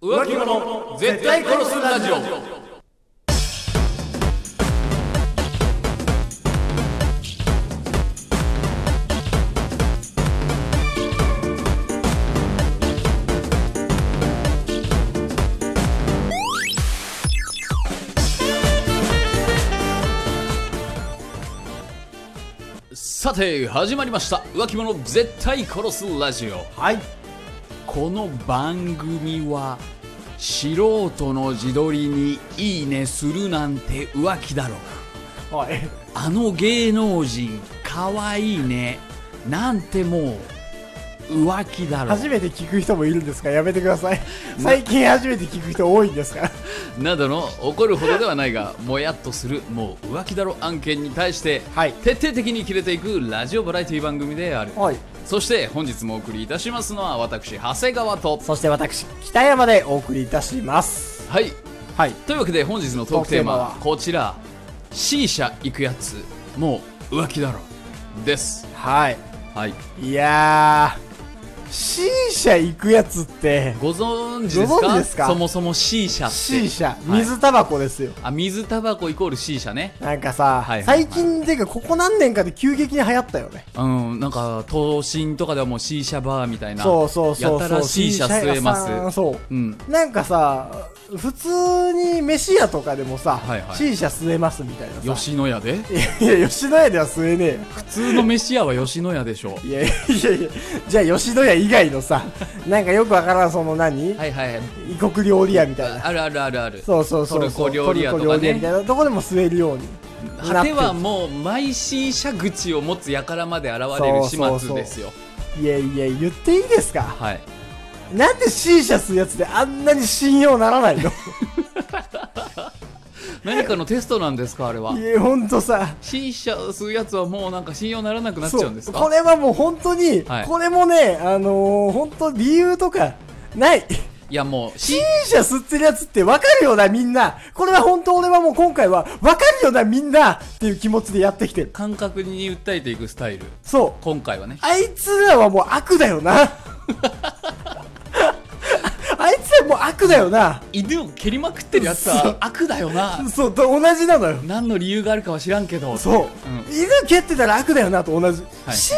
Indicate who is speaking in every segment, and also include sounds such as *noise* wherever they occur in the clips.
Speaker 1: 浮気者絶対殺すラジオさて始まりました浮気者絶対殺すラジオ
Speaker 2: はい
Speaker 1: この番組は素人の自撮りにいいねするなんて浮気だろ
Speaker 2: はい
Speaker 1: あの芸能人かわいいねなんてもう浮気だろ
Speaker 2: *laughs* 初めて聞く人もいるんですからやめてくださ
Speaker 1: *laughs*
Speaker 2: い最近初めて聞く人多いんですから
Speaker 1: などの怒るほどではないがもやっとするもう浮気だろ案件に対して、
Speaker 2: はい
Speaker 1: 徹底的に切れていくラジオバラエティ番組である
Speaker 2: はい
Speaker 1: そして本日もお送りいたしますのは私長谷川と
Speaker 2: そして私北山でお送りいたします
Speaker 1: はい
Speaker 2: はい
Speaker 1: というわけで本日のトークテーマ
Speaker 2: トーク
Speaker 1: は
Speaker 2: テーマ
Speaker 1: こ
Speaker 2: は
Speaker 1: ちら C 社行くやつもう浮気だろです
Speaker 2: はい
Speaker 1: はい
Speaker 2: いやー C 社行くやつって
Speaker 1: ご存知ですか
Speaker 2: ご存知ですか
Speaker 1: そもそも C 社って
Speaker 2: C 社
Speaker 1: はい
Speaker 2: 水タバコですよ、
Speaker 1: あ水タバコイコール C 社ね
Speaker 2: なんかさ、
Speaker 1: はいはい
Speaker 2: 最近っていうかここ何年かで急激に流行ったよね
Speaker 1: うんなんか都心とかではもう C 社バーみたいな
Speaker 2: そうそうそうそう
Speaker 1: やたら C 社吸え
Speaker 2: さ
Speaker 1: ま
Speaker 2: ん
Speaker 1: す
Speaker 2: そう
Speaker 1: うん
Speaker 2: なんかさ普通に飯屋とかでもさ、
Speaker 1: はいはい
Speaker 2: C 社吸えますみたいなさ
Speaker 1: 吉野家で普
Speaker 2: いやいや、吉野家では吸えねえよ。
Speaker 1: 通の飯屋は吉野家でしょ
Speaker 2: いやいやいや、じゃあ吉野家以外のさ、なんかよくわからん、その何、
Speaker 1: はいはいはい
Speaker 2: 異国料理屋みたいな。
Speaker 1: あるあるあるある
Speaker 2: そうそうそうそう。
Speaker 1: トルコ料理屋とかね
Speaker 2: トルコ料理みたいなとこでも吸えるように。
Speaker 1: 果てはもうマイ C 社口を持つ輩まで現れる始
Speaker 2: そうそうそ
Speaker 1: 末
Speaker 2: う
Speaker 1: ですよ
Speaker 2: いやいや、言っていいですか
Speaker 1: はい
Speaker 2: なんで C 社吸うやつであんなに信用ならないの
Speaker 1: 何かのテストなんですかあれはい
Speaker 2: や、ほんとさ。
Speaker 1: C 社吸うやつはもうなんか信用ならなくなっちゃうんです
Speaker 2: こ
Speaker 1: か
Speaker 2: れはもう本当に、
Speaker 1: はい
Speaker 2: これもね、あのー、本当理由とか、ない。
Speaker 1: いやもう C
Speaker 2: C 社吸ってるやつってわかるよな、みんな。これは本当俺はもう今回は、わかるよな、みんなっていう気持ちでやってきてる。
Speaker 1: 感覚に訴えていくスタイル
Speaker 2: そう。
Speaker 1: 今回はね
Speaker 2: あいつらはもう悪だよな。 *laughs* あいつらもう悪だよな。
Speaker 1: 犬を蹴りまくってるやつは悪だよな
Speaker 2: そう、と同じなのよ。
Speaker 1: 何の理由があるかは知らんけど
Speaker 2: そう。
Speaker 1: う
Speaker 2: 犬蹴ってたら悪だよなと同じ。
Speaker 1: はい
Speaker 2: C 社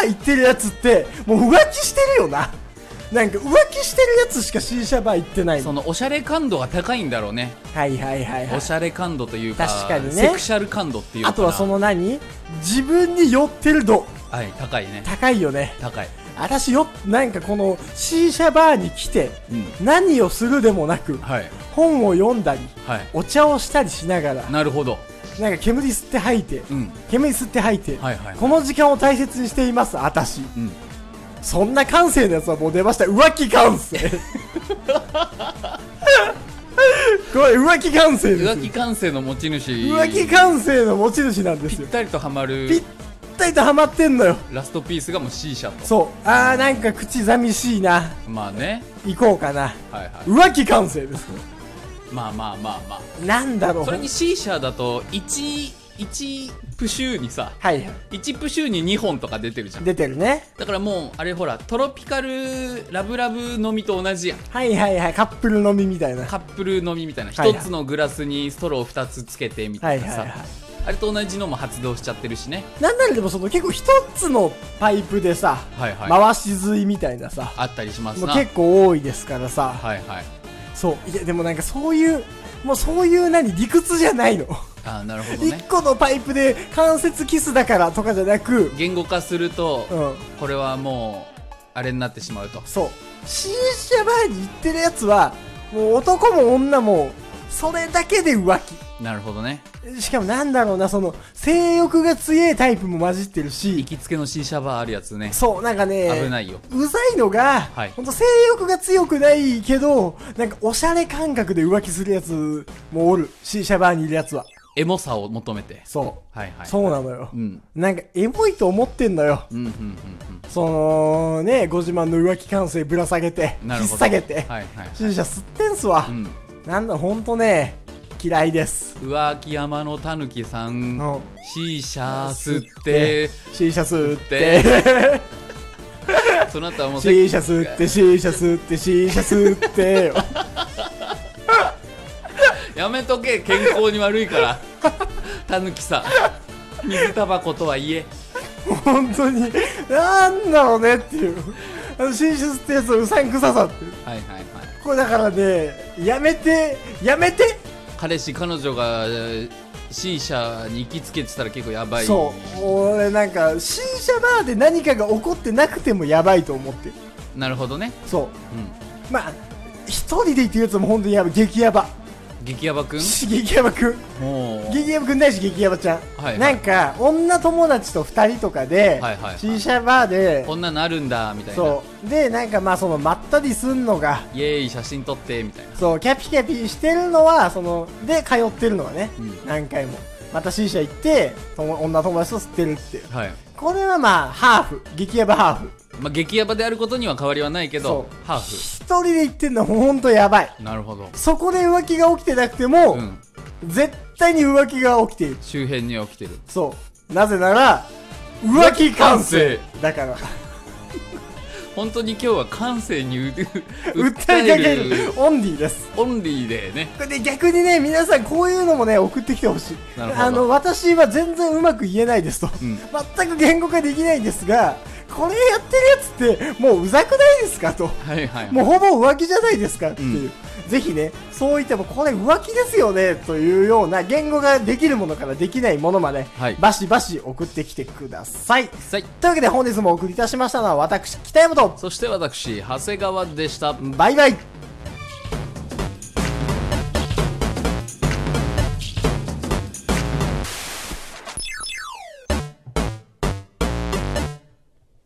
Speaker 2: バー行ってるやつって、もう浮気してるよな。なんか浮気してるやつしか C 社バー行ってない
Speaker 1: そ
Speaker 2: の。
Speaker 1: のおしゃれ感度が高いんだろうね
Speaker 2: はいはいはいは
Speaker 1: お
Speaker 2: い。
Speaker 1: しゃれ感度というか
Speaker 2: 確かにね
Speaker 1: セクシャル感度っていうか
Speaker 2: あとはその何自分に寄ってる度。
Speaker 1: はい高いね
Speaker 2: 高いよね。
Speaker 1: 高い
Speaker 2: 私よ、なんかこの C 社バーに来て、
Speaker 1: う
Speaker 2: 何をするでもなく、
Speaker 1: はい
Speaker 2: 本を読んだり、
Speaker 1: はい
Speaker 2: お茶をしたりしながら、
Speaker 1: なるほど
Speaker 2: なんか煙吸って吐いて、
Speaker 1: うん
Speaker 2: 煙吸って吐いて、
Speaker 1: はいはい
Speaker 2: この時間を大切にしています、私。
Speaker 1: うん
Speaker 2: そんな感性のやつはもう出ました。浮気
Speaker 1: *laughs*
Speaker 2: 感性。これ浮気感性です
Speaker 1: 浮気感性の持ち主
Speaker 2: 浮気感性の持ち主なんで
Speaker 1: ぴ
Speaker 2: す
Speaker 1: っ
Speaker 2: よ。
Speaker 1: たりとはま
Speaker 2: ぴ
Speaker 1: る
Speaker 2: ったりとハマってんのよ。
Speaker 1: ラストピースがもう C 社と
Speaker 2: そう。あー、なんか口寂しいな。
Speaker 1: まあね
Speaker 2: 行こうかな。
Speaker 1: はいはい
Speaker 2: 浮気感性です。
Speaker 1: まあまあまあま
Speaker 2: なんだろ
Speaker 1: あ
Speaker 2: う。
Speaker 1: それに C 社だと1一プシューにさ
Speaker 2: はいはい。
Speaker 1: 1プシューに2本とか出てるじゃん
Speaker 2: 出てるね。
Speaker 1: だからもうあれほらトロピカルラブラブ飲みと同じやん
Speaker 2: はいはいはい。カップル飲みみたいな。
Speaker 1: カップル飲みみたいな
Speaker 2: はいはい
Speaker 1: 1つのグラスにストロー2つつけてみたいなさ、
Speaker 2: はいはいはい
Speaker 1: あれと同じのも発動しちゃってるしね
Speaker 2: なんならでもその結構一つのパイプでさ、
Speaker 1: はいはい
Speaker 2: 回し吸いみたいなさ、
Speaker 1: あったりします
Speaker 2: もう
Speaker 1: な
Speaker 2: 結構多いですからさ、
Speaker 1: はいはい
Speaker 2: そう。いやでもなんかそういう、もうそういう何、理屈じゃないの。
Speaker 1: あーなるほど
Speaker 2: 一
Speaker 1: ね
Speaker 2: 個のパイプで関節キスだからとかじゃなく、
Speaker 1: 言語化すると、
Speaker 2: うん、
Speaker 1: これはもうあれになってしまうと
Speaker 2: そう。新車バーに行ってるやつは、もう男も女も、それだけで浮
Speaker 1: なるほどね
Speaker 2: 気。しかもなんだろうな、その、性欲が強いタイプも混じってるし
Speaker 1: 行、きつけの C シャバーあるやつね
Speaker 2: そう、なんかね、
Speaker 1: 危ないよ
Speaker 2: うざいのが、
Speaker 1: はい
Speaker 2: ほんと性欲が強くないけど、なんかおしゃれ感覚で浮気するやつもおる。シーシャバーにいるやつは。
Speaker 1: エモさを求めて
Speaker 2: そう。
Speaker 1: はいはい
Speaker 2: そうなのよ。
Speaker 1: うん
Speaker 2: なんかエモいと思ってんのよ。
Speaker 1: うんうんうん
Speaker 2: そのね、ご自慢の浮気感性ぶら下げて、
Speaker 1: うん
Speaker 2: 引
Speaker 1: な
Speaker 2: っ
Speaker 1: るほど
Speaker 2: 下げて、
Speaker 1: はいはい
Speaker 2: シーシャ吸ってんすわ。
Speaker 1: うん
Speaker 2: なんだ、ほんとね、嫌いです。
Speaker 1: 浮気山のたぬきさん
Speaker 2: うん
Speaker 1: C シャ吸って
Speaker 2: シーシャ吸って、
Speaker 1: その後はもう
Speaker 2: シーシャ吸って、シーシャ吸って、シーシャ吸ってよ。
Speaker 1: やめとけ健康に悪いからたぬきさん水タバコとはいえ
Speaker 2: 本当になんだろうねっていうあの新出ってやつのうさんくささっていう
Speaker 1: はいはいはい
Speaker 2: これだからねやめてやめて
Speaker 1: 彼氏彼女がえー C 社に行きつけてたら結構やばい
Speaker 2: そう俺なんか C 社バーで何かが起こってなくてもやばいと思ってる
Speaker 1: なるほどね
Speaker 2: そう
Speaker 1: う
Speaker 2: まあ一人で行ってるやつも本当にやばい激ヤバ
Speaker 1: ん激ヤバくん
Speaker 2: し激ヤバくん
Speaker 1: もう
Speaker 2: 激ヤバくんないし激ヤバちゃん、
Speaker 1: はいはい
Speaker 2: なんか女友達と2人とかで、
Speaker 1: はいはいはい
Speaker 2: C 社バーで
Speaker 1: こんななるんだみたいな
Speaker 2: そうでなんかまあそのまったりすんのが
Speaker 1: イエーイ写真撮ってみたいな
Speaker 2: そうキャピキャピしてるのはそので通ってるのはね、
Speaker 1: うん
Speaker 2: 何回もまた C 社行ってとも女友達と吸ってるっていう
Speaker 1: はい
Speaker 2: これはまあハーフ激ヤバハーフ
Speaker 1: まあ激ヤバであることには変わりはないけど
Speaker 2: そう
Speaker 1: ハー
Speaker 2: 一人で行ってんのはほんとやばい
Speaker 1: フなるほど
Speaker 2: そこで浮気が起きてなくても、
Speaker 1: うん
Speaker 2: 絶対に浮気が起きている
Speaker 1: 周辺には起きてる
Speaker 2: そうなぜなら浮気感性だから
Speaker 1: 本当に今日は感性にう *laughs*
Speaker 2: 訴えかけるオンリーです
Speaker 1: オンリーでね
Speaker 2: これで逆にね皆さんこういうのもね送ってきてほしい
Speaker 1: なるほど
Speaker 2: あの私は全然うまく言えないですと、
Speaker 1: ん
Speaker 2: 全く言語化できないんですがこれやってるやつってもううざくないですかと
Speaker 1: はいはい
Speaker 2: もうほぼ浮気じゃないですかっていう、
Speaker 1: う
Speaker 2: ぜひねそう言ってもこれ浮気ですよねというような言語ができるものからできないものまで、
Speaker 1: はい
Speaker 2: バシバシ送ってきてください
Speaker 1: さい
Speaker 2: というわけで本日もお送りいたしましたのは私北山と
Speaker 1: そして私長谷川でした
Speaker 2: バイバイ